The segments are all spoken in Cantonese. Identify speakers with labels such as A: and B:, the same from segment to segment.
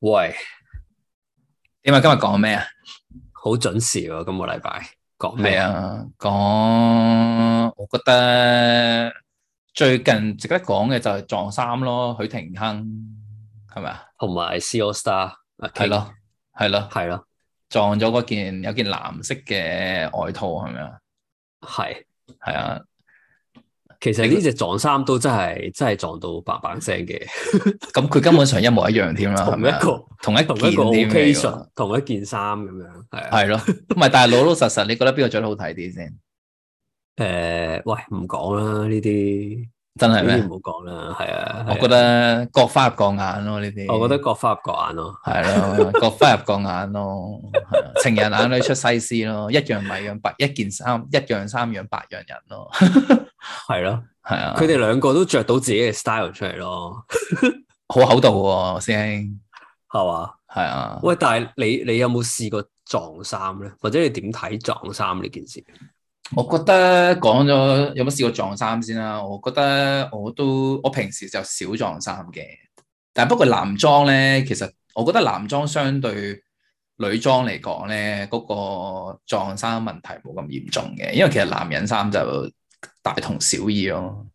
A: 喂，
B: 点啊？今日讲咩啊？
A: 好準時喎，今個禮拜講
B: 系
A: 咩啊？
B: 啊，讲我觉得最近值得讲嘅就系撞衫咯，许廷铿系咪啊？
A: 同埋 C O Star 啊
B: 系，咯，系咯，
A: 係咯，
B: 撞咗嗰件有件蓝色嘅外套系咪啊？
A: 係。
B: 系啊，
A: 其實呢只撞衫都真係真係撞到白板聲嘅，
B: 咁佢根本上一模一样添啦，系
A: 同
B: 咪
A: 一
B: 啊？
A: 個
B: 同一
A: 同一個
B: 件添嚟㗎
A: occasion，同一件衫咁樣，係啊。
B: 係咯，唔係，但係老老實實，你覺得邊個着得好睇啲先？
A: 誒，喂，唔講啦，呢啲
B: 真係
A: 呢啲
B: 咩
A: 唔？好講啦，係啊。
B: 我
A: 係啊
B: 覺得各花入各眼咯，呢啲
A: 我覺得各花入各眼咯，
B: 係咯，各花入各眼咯，係啊情人眼裏出西施咯，一樣米養百，一件衫一樣衫養百樣人咯，
A: 係咯，
B: 係啊，
A: 佢哋兩個都着到自己嘅 style 出嚟咯，
B: 好厚道喎，師兄，
A: 係嘛？
B: 係啊，
A: 喂，但係你你有冇試過撞衫咧？或者你點睇撞衫呢件事？
B: 我覺得講咗有冇試過撞衫先啦，我覺得我都我平時就少撞衫嘅，但不過男裝咧，其實我覺得男裝相對女裝嚟講咧，嗰、個撞衫問題冇咁嚴重嘅，因為其實男人衫就大同小異咯，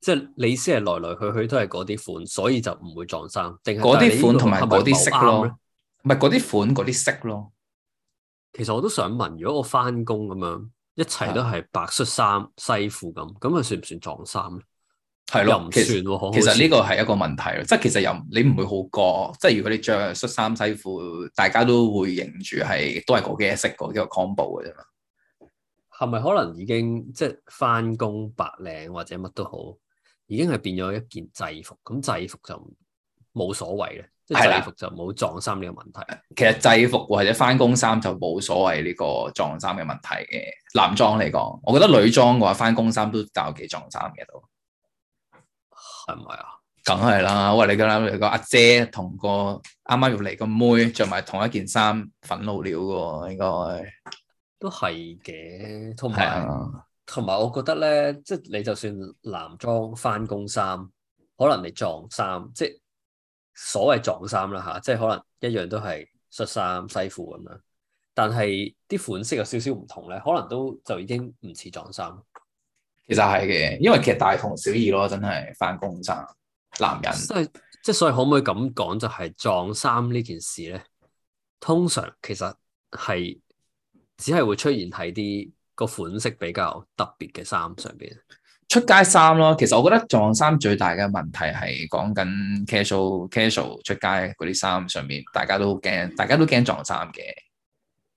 A: 即係你先係來來去去都係嗰啲款，所以就唔會撞衫。定係
B: 嗰
A: 但係你
B: 啲
A: 呢個
B: 款同埋
A: 係咪
B: 嗰啲色
A: 唔啱咧
B: 咯。，唔係嗰啲款嗰啲色咯，
A: 其實我都想問，如果我翻工咁樣，一齊都係白恤衫、西褲咁，咁啊算唔算撞衫咧？
B: 係
A: 又
B: 咯
A: 唔，
B: 其
A: 算
B: 實
A: 喎，哦好
B: 其實呢
A: 個
B: 個係一個問題咯，即係其實又唔你唔會好覺，即係如果你着恤衫西褲，大家都會認住係都係嗰幾隻色嗰幾個 combo 嘅啫嘛。
A: 係咪可能已經即係翻工白領或者乜都好，已經係變咗一件制服？咁制服就冇所謂咧，即
B: 係
A: 係
B: 啦
A: 制服就冇撞衫呢個問題。
B: 其實制服或者翻工衫就冇所謂呢個撞衫嘅問題嘅，男裝嚟講，我覺得女裝嘅話翻工衫都有幾撞衫嘅都。
A: 係咪啊？
B: 梗係啦，喂你噶啦，你個阿姐同個啱啱要嚟個妹着埋同一件衫，粉怒料嘅喎，應該
A: 都係嘅，同
B: 係
A: 埋。
B: 啊。
A: 同埋我覺得咧，即係你就算男裝翻工衫，可能你撞衫，即係所謂撞衫啦吓，即係可能一樣都係恤衫西褲咁樣，但係啲款式有少少唔同咧，可能都就已經唔似撞衫。
B: 其實係嘅，因為其實大同小異咯，真係翻工衫，男人
A: 即係即係所以可唔可以咁講，就係撞衫呢件事咧，通常其實係只係會出現喺啲個款式比較特別嘅衫上邊。
B: 出街衫咯。其實我覺得撞衫最大嘅問題係講緊 casual casual 出街嗰啲衫上面，大家都好驚，大家都驚撞衫嘅。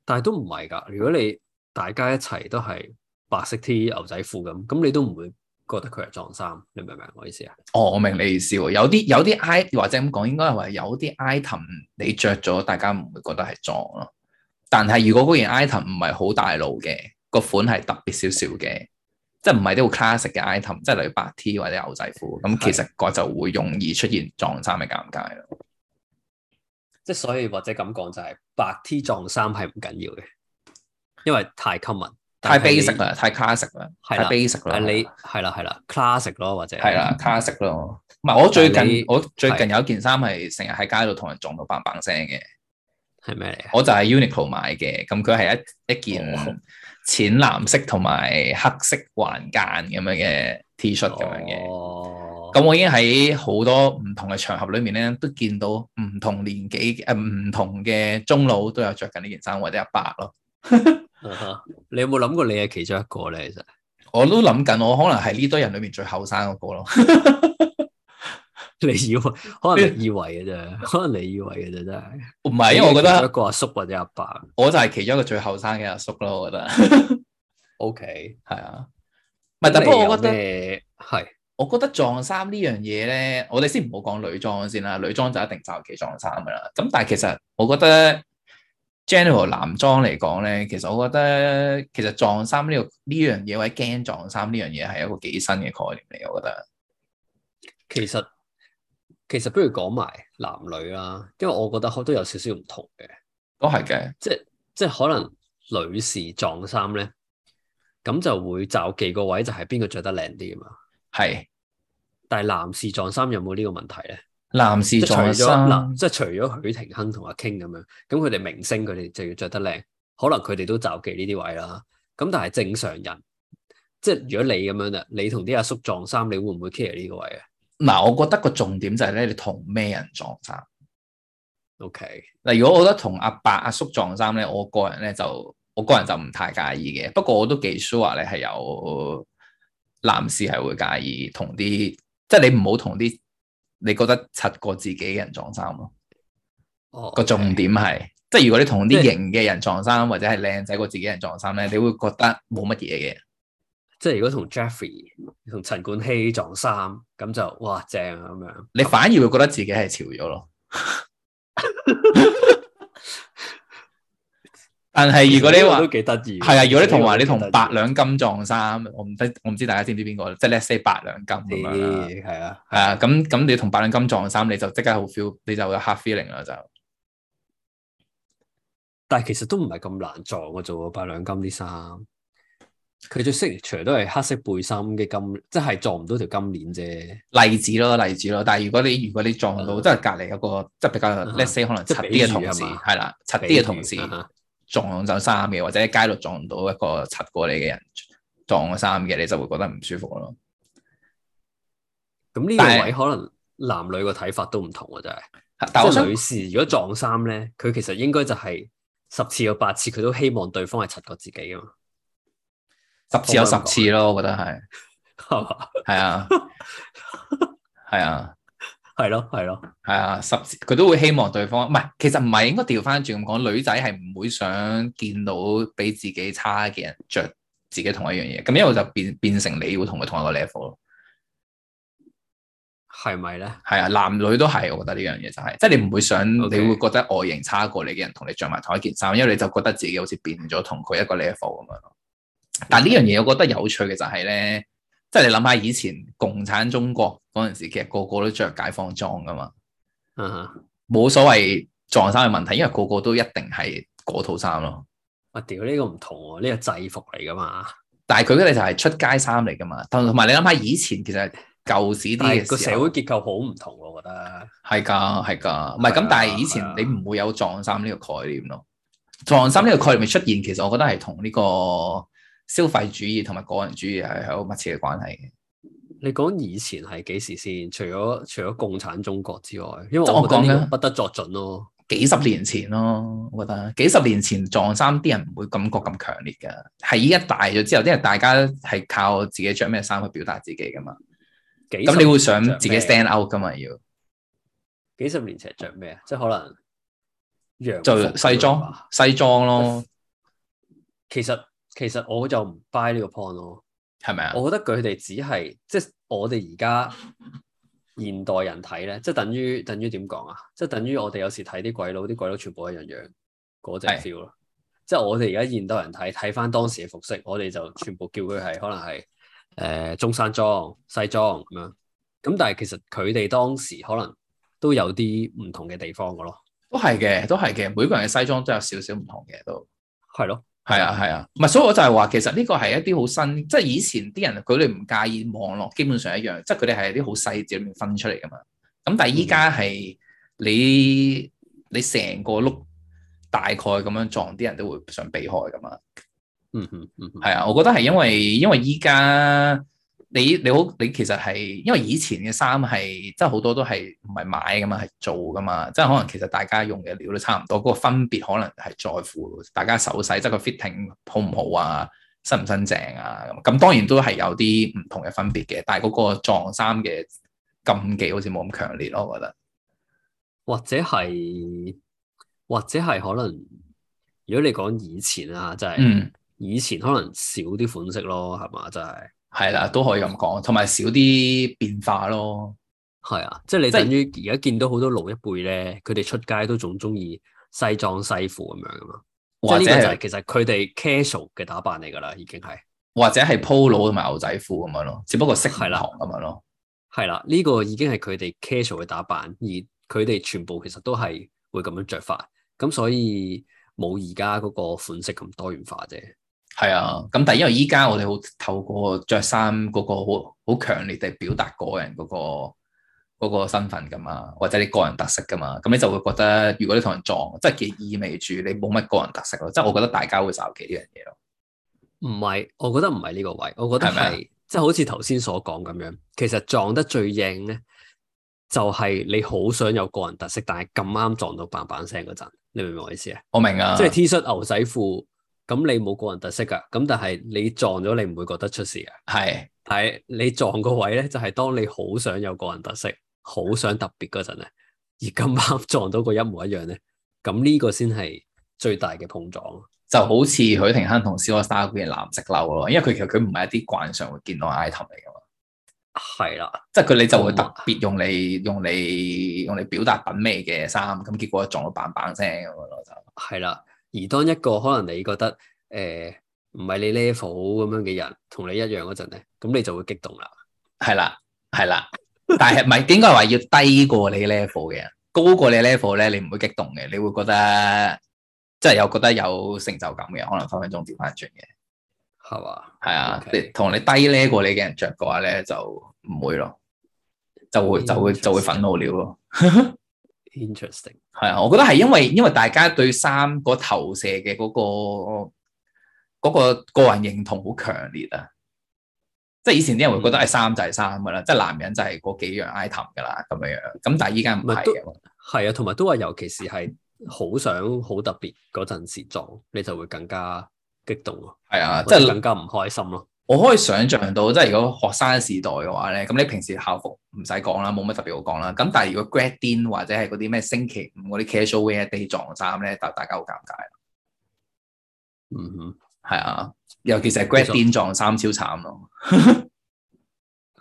A: 但係都唔係㗎。如果你大家一齊都係白色 T 牛仔褲咁，咁你都唔會覺得佢係撞衫，你明唔明我意思啊？
B: 哦，我明你意思喎。有啲有啲 i 或者咁講，應該係話有啲 item 你着咗，大家唔會覺得係撞咯。但係如果嗰件 item 唔係好大路嘅，個款係特別少少嘅，即係唔係啲好 classic 嘅 item，即係例如白 T 或者牛仔褲，咁其實個就會容易出現撞衫嘅尷尬咯。
A: 即係所以或者咁講就係白 T 撞衫係唔緊要嘅，因為太 common，但
B: 太
A: 係你
B: basic 啦，太 classic 啦，
A: 係
B: 太
A: 啦
B: basic 啦
A: 係，你係啦係啦，classic 咯或者
B: 係啦 classic 咯。唔係我最
A: 但係你
B: 近我最近有一件衫係成日喺街度同人撞到 bang bang 聲嘅。
A: 係咩嚟啊？
B: 我就係 Uniqlo 買嘅，咁佢係一一
A: 哦
B: 件淺藍色同埋黑色環間咁樣嘅 T 恤咁樣嘅。
A: 哦，
B: 咁我已經喺好多唔同嘅場合裏面咧，都見到唔同年紀誒唔、同嘅中老都有着緊呢件衫或者阿伯咯。
A: 嗯哼你有冇諗過你係其中一個咧？其實
B: 我都諗緊，我可能係呢堆人裏面最後生嗰個咯。
A: 你以為可能你以為嘅啫， 可能你以為嘅啫，真係。
B: 唔係，因為我覺
A: 你係其中一
B: 得
A: 個阿叔或者阿伯
B: 我就係其中一個最後生嘅阿叔咯。我覺得
A: ，OK。
B: 係啊，唔係，但不過我覺得。
A: 得係。
B: 我覺得撞衫呢樣嘢咧，我哋先唔好講女裝先啦，女裝就一定就其撞衫噶啦。咁但係其實我覺得 general 男裝嚟講咧，其實我覺得其實撞衫呢、個呢樣嘢或者驚撞衫呢樣嘢係一個幾新嘅概念嚟，我覺得。
A: 其實其實不如講埋男女啦，因為我覺得都有少少唔同嘅，
B: 都係嘅，
A: 即係可能女士撞衫咧，咁就會就忌個位就係邊個着得靚啲啊嘛。
B: 係
A: 但係男士撞衫有冇呢個問題咧？
B: 男士
A: 即係除
B: 撞
A: 咗
B: 衫，
A: 嗱，即係除咗許廷鏗同阿 King 咁樣，咁佢哋明星佢哋就要着得靚，可能佢哋都就忌呢啲位啦。咁但係正常人，即係如果你咁樣啦，啊你同啲阿叔撞衫，你會唔會 care 呢個位啊
B: 嗱，我覺得個重點就係咧，你同咩人撞衫。
A: ？OK，
B: 嗱，如果我覺得同阿伯阿叔撞衫咧，我個人咧就我個人就唔太介意嘅。不過我都幾 sure 你係有男士係會介意同啲，即係你唔好同啲你覺得柒過自己嘅人撞衫咯。
A: 哦，
B: 個
A: OK
B: 重點係，即係如果你同啲
A: 即係
B: 型嘅人撞衫，或者係靚仔過自己人撞衫咧，你會覺得冇乜嘢嘅。
A: 即係如果同 Jeffrey 同陳冠希撞衫，咁就哇正啊咁樣。
B: 你反而會覺得自己係潮咗 咯。但係如果你
A: 呢個
B: 話
A: 都幾得意。
B: 係啊，如果你同話你
A: 呢個
B: 同
A: 都幾得意
B: 八兩金撞衫，我唔得，我唔知大家知唔知邊個啦，即係 let's say 八兩金咁樣啦。
A: 咦係啊，
B: 係啊，咁咁你同八兩金撞衫，你就即刻好 feel，你就有 hard feeling 啦就。
A: 但係其實都唔係咁難撞嘅啫喎，八兩金啲衫。佢最 signature 都係黑色背心嘅金，即係撞唔到條金鏈啫，
B: 例子咯，例子咯。但係如果你如果你撞到，
A: 嗯
B: 即係隔離有個即係比較
A: 嗯
B: let's say 可能
A: 即
B: 柒
A: 係
B: 啲嘅
A: 比喻
B: 同事，
A: 係嘛
B: 係啦，柒
A: 比
B: 啲
A: 喻
B: 嘅同事
A: 啊哈
B: 撞咗衫嘅，或者喺街度撞到一個柒過你嘅人撞咗衫嘅，你就會覺得唔舒服咯。
A: 咁呢
B: 但係
A: 個位可能男女個睇法都唔同啊，真係。
B: 但
A: 即
B: 我
A: 係
B: 想
A: 女士如果撞衫咧，佢其實應該就係十次有八次佢都希望對方係柒過自己噶嘛，
B: 十次有十次咯，我覺得係
A: 係嘛？
B: 係啊，係啊。
A: 係咯，係咯。
B: 係啊，十次佢都會希望對方唔係，其實唔係應該調翻轉咁講，女仔係唔會想見到比自己差嘅人着自己同一樣嘢，咁因為就變變成你會同佢同一個 level 咯。
A: 係咪咧？
B: 係啊，男女都係，我覺得呢樣嘢就係、即係你唔會想
A: OK
B: 你會覺得外形差過你嘅人同你着埋同一件衫，因為你就覺得自己好似變咗同佢一個 level 咁樣咯。但係呢樣嘢我覺得有趣嘅就係、咧，即係你諗下以前共產中國嗰陣時，其實個個都着解放裝噶嘛。
A: 嗯哼
B: 冇所謂撞衫嘅問題，因為個個都一定係嗰套衫咯。
A: 我屌呢個唔同喎，呢個制服嚟噶嘛。
B: 但係佢嗰啲就係出街衫嚟噶嘛，同同埋你諗下以前其實舊時啲
A: 但係個
B: 嘅
A: 社
B: 社
A: 會
B: 會
A: 結構好唔同喎，我覺得。
B: 係㗎係㗎，唔
A: 係
B: 係
A: 啊
B: 咁，但係以前
A: 係啊
B: 你唔會有撞衫呢個概念咯。撞衫呢個概念嘅出現，其實我覺得係同呢個消費主義同埋個人主義係係有密切嘅關係嘅。
A: 你講以前係幾時先？除咗除咗共產中國之外，因為
B: 即係
A: 我
B: 我
A: 覺得
B: 講
A: 呢個
B: 緊
A: 不得作準咯。
B: 幾十年前咯，我覺得幾十年前撞衫啲人唔會感覺咁強烈㗎，係依家大咗之後，啲人大家係靠自己着咩衫去表達自己㗎嘛。
A: 幾
B: 咁
A: 十
B: 你會
A: 年
B: 想
A: 前着
B: 自己
A: 咩
B: stand out 噶嘛？要
A: 幾十年前係着咩啊？即係可能洋
B: 就
A: 服
B: 西
A: 咁樣
B: 裝
A: 吧，
B: 西裝咯，
A: 其實其實我就唔 buy 呢個 point 咯。
B: 係咪啊？
A: 我覺得佢哋只係即係我哋而家現代人睇咧，即係等於等於點講啊？即係等於我哋有時睇啲鬼佬，啲鬼佬全部一樣樣嗰隻
B: 係
A: feel 咯。即係我哋而家現代人睇睇翻當時嘅服飾，我哋就全部叫佢係可能係誒、呃中山裝、西裝咁樣。咁但係其實佢哋當時可能都有啲唔同嘅地方嘅咯，
B: 都係嘅，都係嘅。每個人嘅西裝都有少少唔同嘅，都
A: 係咯，
B: 係啊，係啊。唔係，所以我就係話，其實呢個係一啲好新，即係以前啲人佢哋唔介意網絡，基本上一樣，即係佢哋係啲好細節裏面分出嚟噶嘛。咁但係依家係你你成個碌大概咁樣撞，啲人都會想避開噶嘛。
A: 嗯哼嗯哼，
B: 係啊，我覺得係因為因為依家你你好你其實係因為以前嘅衫係即係好多都係唔係買噶嘛，係做噶嘛，即係可能其實大家用嘅料都差唔多，嗰、個分別可能係在乎大家手勢，即係個 fitting 好唔好啊，新唔新淨啊咁。咁當然都係有啲唔同嘅分別嘅，但係嗰個撞衫嘅禁忌好似冇咁強烈咯，我覺得。
A: 或者係或者係可能，如果你講以前啊，真係。
B: 嗯，
A: 以前可能少啲款式咯，係嘛？真係
B: 係啦，都可以咁講，同埋少啲變化咯。
A: 係啊，即係你
B: 即係
A: 等於而家見到好多老一輩咧，佢哋出街都仲中意西裝西褲咁樣噶嘛。即
B: 或
A: 係
B: 者
A: 呢個就係
B: 係
A: 其實佢哋 casual 嘅打扮嚟㗎啦，已經係
B: 或者係 polo 同埋牛仔褲咁樣咯，只不過色唔
A: 係啦
B: 同咁樣咯。
A: 係啦，呢個已經係佢哋 casual 嘅打扮，而佢哋全部其實都係會咁樣着法，咁所以冇而家嗰個款式咁多元化啫。
B: 係啊，咁但係因為依家我哋好透過着衫嗰個好好強烈地表達個人嗰個嗰個身份噶嘛，或者你個人特色噶嘛，咁你就會覺得如果你同人撞，即係幾意味住你冇乜個人特色咯。即係我覺得大家會受忌呢樣嘢咯。
A: 唔係，我覺得唔係呢個位，我覺得
B: 係咪啊
A: 係即係好似頭先所講咁樣，其實撞得最應咧，就係、你好想有個人特色，但係咁啱撞到板板聲嗰陣，你明唔明我意思啊？
B: 我明啊，
A: 即係 T 恤牛仔褲，咁你冇個人特色噶，咁但係你撞咗你唔會覺得出事噶，
B: 係
A: 但係你撞個位咧，就係、當你好想有個人特色，好想特別嗰陣咧，而咁啱撞到個一模一樣咧，咁呢個先係最大嘅碰撞。
B: 就好似許廷鏗同 C AllStar 嗰件藍色褸咯，因為佢其實佢唔係一啲慣常會見到嘅 item 嚟噶嘛，
A: 係啦，
B: 即係佢你就會特別用嚟用嚟用嚟表達品味嘅衫，咁結果撞到板板聲咁樣咯就。
A: 係啦，而當一個可能你覺得誒唔係你 level 咁樣嘅人同你一樣嗰陣咧，咁你就會激動啦。
B: 係啦，係啦，但係唔係應該係話要低過你 level 嘅人，高過你 level 咧，你唔會激動嘅，你會覺得即係有覺得有成就感嘅，可能分分鐘調翻轉嘅，
A: 係嘛？
B: 係啊
A: OK
B: 你同你低 level 過你嘅人着嘅話咧，就唔會咯，就會就會就會憤怒了咯，
A: Interesting，
B: 係啊，我覺得係因為因為大家對衫嗰投射嘅嗰、個嗰、個個人認同好強烈啊。即係以前啲人會覺得
A: 嗯
B: 係衫就係衫噶啦，即係男人就係嗰幾樣 item 噶啦咁樣樣。咁但係依家唔
A: 咪
B: 係
A: 都
B: 嘅嘛，
A: 係啊，同埋都話，尤其是係好想好特別嗰陣時撞，你就會更加激動咯，
B: 係啊，即
A: 即係
B: 係
A: 更加唔開心咯。
B: 我可以想象到，即係如果學生時代嘅話咧，咁你平時校服唔使講啦，冇乜特別好講啦。咁但係如果 grad din 或者係嗰啲咩星期五嗰啲 casual wear day 撞衫咧，大大家好尷尬。
A: 嗯哼，
B: 係啊，尤其是係
A: 冇
B: grad
A: 錯
B: din 撞衫超慘咯。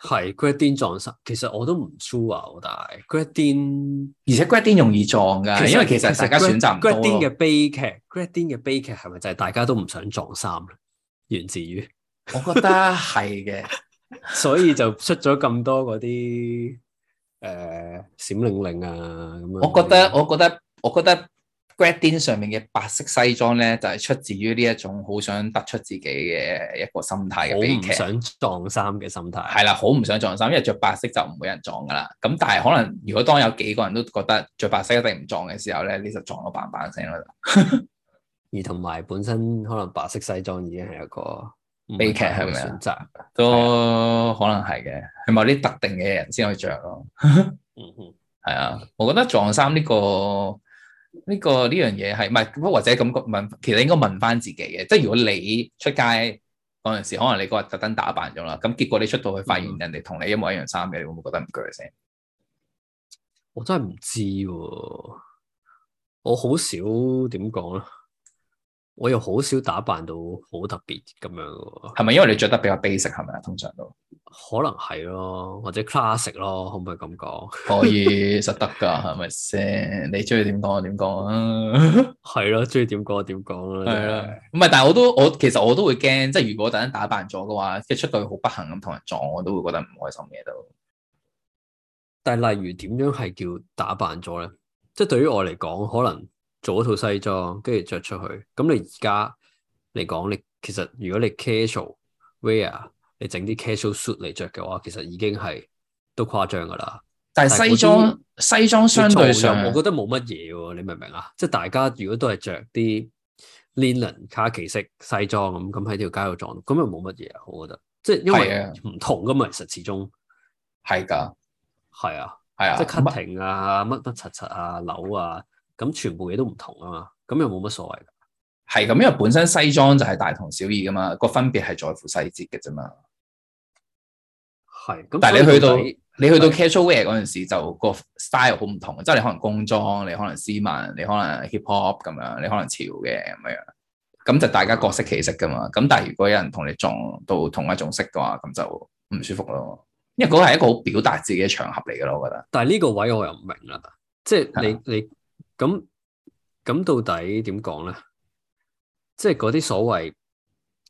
A: 係 grad din 撞衫，其實我都唔 sure 啊，但係 grad din
B: 而且 grad din 容易撞㗎，啊因為其實大家選擇
A: grad
B: 唔
A: grad
B: 多
A: din
B: 咯。
A: 嘅悲劇，grad din 嘅悲劇係咪就係大家都唔想撞衫咧？源自於。
B: 我覺得係 嘅，
A: 所以就出咗咁多嗰 啲誒閃令令啊咁樣。
B: 我覺得我覺得我覺得 grad din 上面嘅白色西裝咧，就係、出自於呢一種好想突出自己嘅一個心態嘅
A: 好
B: 悲
A: 唔
B: 劇。
A: 想撞衫嘅心態。
B: 係啦，好唔想撞衫，因為着白色就唔會有人撞㗎啦。咁但係可能如果當有幾個人都覺得着白色一定唔撞嘅時候咧，你就撞到板板聲啦。
A: 而同埋本身可能白色西裝已經係一個唔
B: 悲劇
A: 太好
B: 係
A: 嘅
B: 咪啊
A: 選擇。
B: 都可能係啊嘅，係某啲特定嘅人先可以着咯。
A: 嗯哼，
B: 係啊，我覺得撞衫呢、個呢、個呢樣嘢係唔係或者咁講問，其實應該問翻自己嘅。即係如果你出街嗰陣時，可能你嗰日特登打扮咗啦，咁結果你出到去發現
A: 嗯
B: 人哋同你一模一樣衫嘅，你會唔會覺得唔鋸先？
A: 我真係唔知喎、我好少點講咧，我又好少打扮到好特別咁樣嘅
B: 係咪因為你着得比較 basic 係咪啊？通常都
A: 喎，可能係咯，或者 classic 咯，可唔可以咁講？
B: 可以實得㗎，係咪先？你中意點講就點 講啊？
A: 係咯，中意點講就點講啦。
B: 係
A: 真
B: 啦
A: 係，
B: 唔係，但係我都我其實我都會驚，即係如果特登打扮咗嘅話，即係出到去好不幸咁同人撞，我都會覺得唔開心嘅都。
A: 但係例如點樣係叫打扮咗咧？即係對於我嚟講，可能做一套西裝，跟住着出去。咁你而家嚟講，你其實如果你 casual wear，你整啲 casual suit 嚟着嘅話，其實已經係都誇張㗎啦。
B: 但
A: 但係
B: 係西
A: 嗰
B: 裝西裝
A: 你
B: 相對
A: 做又
B: 上，
A: 我覺得冇乜嘢喎，你明唔明啊？即係大家如果都係着啲 linen 卡其色西裝咁，咁喺條街度撞到，咁又冇乜嘢啊？我覺得，即係因
B: 係啊
A: 為唔同㗎嘛，其實始終
B: 係㗎，
A: 係啊。
B: 係啊，
A: 即係
B: 乜
A: cutting 啊，乜乜柒柒啊，樓啊，咁全部嘢都唔同啊嘛，咁又冇乜所謂㗎。
B: 係咁，因為本身西裝就係大同小異㗎嘛，個分別係在乎細節嘅啫嘛。
A: 係，咁
B: 但係你去到
A: 所以
B: 你去到
A: 係
B: casual wear 嗰陣時，就個 style 好唔同，即係你可能工裝，你可能斯文，你可能 hip hop 咁樣，你可能潮嘅咁樣，咁就大家各色其色噶嘛。咁但係如果有人同你撞到同一種色嘅話，咁就唔舒服咯。因為嗰個係一個好表達自己嘅場合嚟㗎咯，我覺得。
A: 但係呢個位我又唔明啦，即
B: 啊
A: 係你你咁咁到底點講咧？即係嗰啲所謂誒、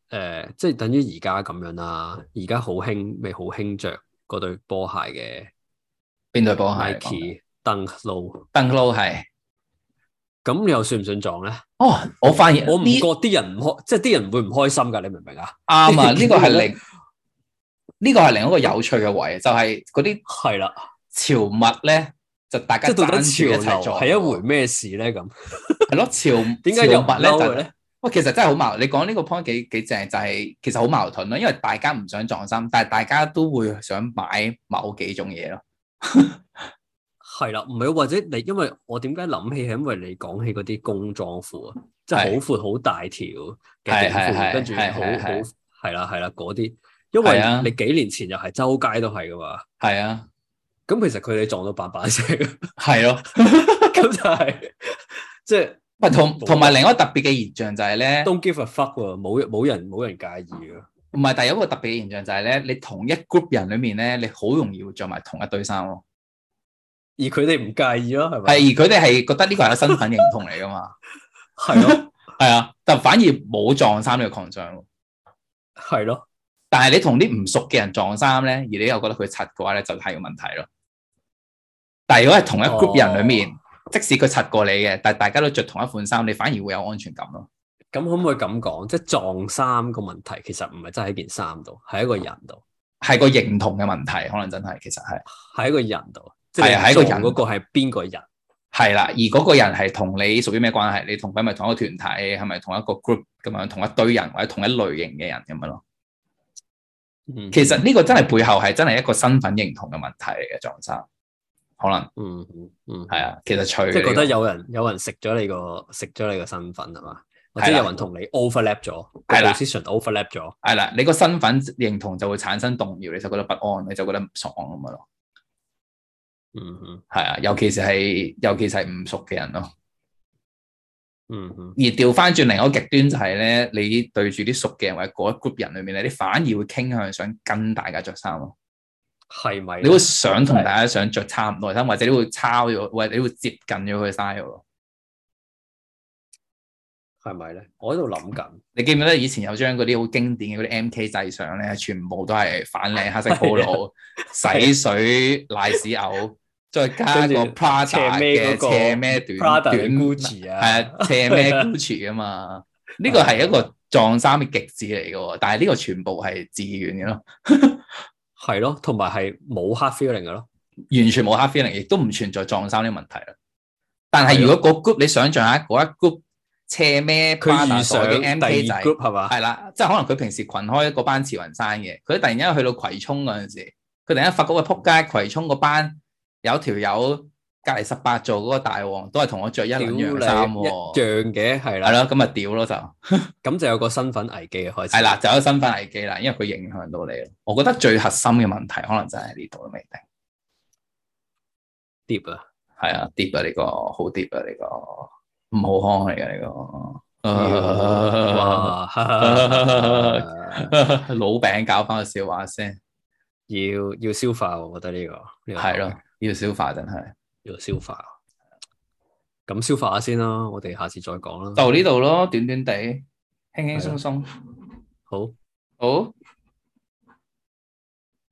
A: 呃即係等於而家咁樣啦。而家好興，咪好興着嗰對波鞋
B: 邊對波
A: 嘅
B: 鞋
A: Nike Dunk Low，
B: Dunk Low 係。
A: 咁你又算唔算撞咧？
B: 哦，我發現
A: 我唔
B: 呢
A: 覺啲人唔開，即係啲人會唔開心㗎，你明唔明啊？
B: 啱啊！呢個係另呢個係另一個有趣嘅位，就係嗰啲
A: 係啦，
B: 潮物咧就大家
A: 即係到底
B: 爭住一
A: 潮
B: 齊
A: 流
B: 撞，
A: 係一啊回咩事咧？咁
B: 係咯，潮
A: 點解又
B: 潮物
A: 嬲嘅
B: 咧？
A: 咧？
B: 喂，其實真係好矛，你講呢個 point 幾幾正，就係、其實好矛盾咯，因為大家唔想撞衫，但係大家都會想買某幾種嘢咯。
A: 係啦，唔係或者你因為我點解諗起係因為你講起嗰啲工裝褲啊，即係
B: 係
A: 好闊好大條嘅短
B: 係係係
A: 褲，跟住
B: 係
A: 好
B: 係係
A: 好係啦係啦嗰啲，因
B: 係啊
A: 為你幾年前又係周街都係噶嘛，
B: 係啊，
A: 咁其實佢哋撞到板板聲， 咁
B: 係咯。
A: 啊就係即係
B: 喂，同同埋另一個特別嘅現象就係咧，
A: don't give a fuck 喎，冇冇人冇人介意嘅，
B: 唔係，但係有一個特別嘅現象就係咧，你同一 group 人裏面咧，你好容易會着埋同一堆衫咯。
A: 而佢哋唔介意咯，係
B: 係
A: 咪？
B: 而佢哋係覺得呢個係個身份認同嚟噶嘛。
A: 係咯
B: 係啊，但反而冇撞衫呢個 concern 喎。
A: 係咯，
B: 但係你同啲唔熟嘅人撞衫咧，而你又覺得佢柒嘅話咧，就係個問題咯。但係如果係同一
A: 哦
B: group 人裏面，即使佢柒過你嘅，但係大家都着同一款衫，你反而會有安全感咯。
A: 咁可唔可以咁講？即係撞衫個問題其實唔係真係喺件衫度，係喺個人度。
B: 係個認同嘅問題，可能真係其實係。
A: 喺一個人度，即係
B: 係啊喺
A: 喺
B: 一
A: 個
B: 個人
A: 人嗰個係邊個人？
B: 係啦，而嗰個人係同你屬於咩關係？你同佢係咪同一個團體？係咪同一個 group 咁樣？同一堆人或者同一類型嘅人咁樣咯？
A: 嗯
B: 其實呢個真係背後係真係一個身份認同嘅問題嚟嘅撞衫，可能
A: 嗯嗯嗯，
B: 係啊。其實除
A: 即係覺得有人有人食咗你個食咗你個身份係嘛？或者
B: 係啦
A: 有人同你 overlap 咗個
B: 係啦
A: ，position overlap 咗，
B: 係啦，你個身份認同就會產生動搖，你就覺得不安，你就覺得唔爽咁樣咯。
A: 嗯嗯
B: 係啊，尤其是係尤其是係唔熟嘅人咯。
A: 嗯嗯，
B: 而調翻轉另一個極端就係咧，你對住啲熟嘅人或者嗰一 group 人裏面咧，你反而會傾向想跟大家着衫咯。
A: 係咪
B: 你
A: 呢？
B: 會想同大家想着差唔多嘅衫，或者你會抄咗，或者你會接近咗佢嘅 style 咯。
A: 係咪咧？我喺度諗緊，
B: 你記唔記得以前有張嗰啲好經典嘅嗰啲 MK 製相咧，全部都係反
A: 啊
B: 領黑色 polo、洗水奶屎牛，再加
A: 跟住
B: 個
A: 斜
B: Prada
A: 孭嗰個
B: 嘅斜孭
A: Prada
B: 短
A: 嘅
B: 短
A: Gucci 啊
B: 係啊，斜孭 Gucci 啊嘛。呢個係一個撞衫嘅極致嚟嘅喎，但係呢個全部係自願嘅咯，
A: 係咯，同埋係冇 hard feeling 嘅咯，
B: 完全冇 hard feeling，亦都唔存在撞衫呢個問題啦。但
A: 啊
B: 係如果嗰 group 你想象下嗰一 group 斜孭
A: 佢
B: Prada
A: 遇
B: 所
A: 上
B: 有
A: 第
B: 嘅
A: 二
B: MK 仔。
A: group 係嘛？
B: 係啦，即係可能佢平時群開嗰班慈雲山嘅，佢突然間去到葵涌嗰陣時，佢突然間發覺喂撲街，葵涌嗰班有條友隔離十八座嗰個大王都係同我着一
A: 屌
B: 兩
A: 你一
B: 樣衫喎，
A: 樣嘅係
B: 係
A: 啦，
B: 咯，咁咪啊屌咯就
A: 咁就有個身份危機嘅開始。
B: 係啦，，就有身份危機啦，因為佢影響到你咯。我覺得最核心嘅問題可能就係呢度都未定，
A: 碟啊，
B: 係啊，跌啊呢個好跌啊呢個唔好康嚟嘅呢個。
A: 哇，
B: 老餅搞翻個笑話先，
A: 要要消化，我覺得呢個呢個
B: 係咯，要消化真係。
A: 要消化。咁消化下先啦，我哋下次再講啦。
B: 就呢度咯，短短地，輕輕鬆鬆。
A: 好。
B: 好。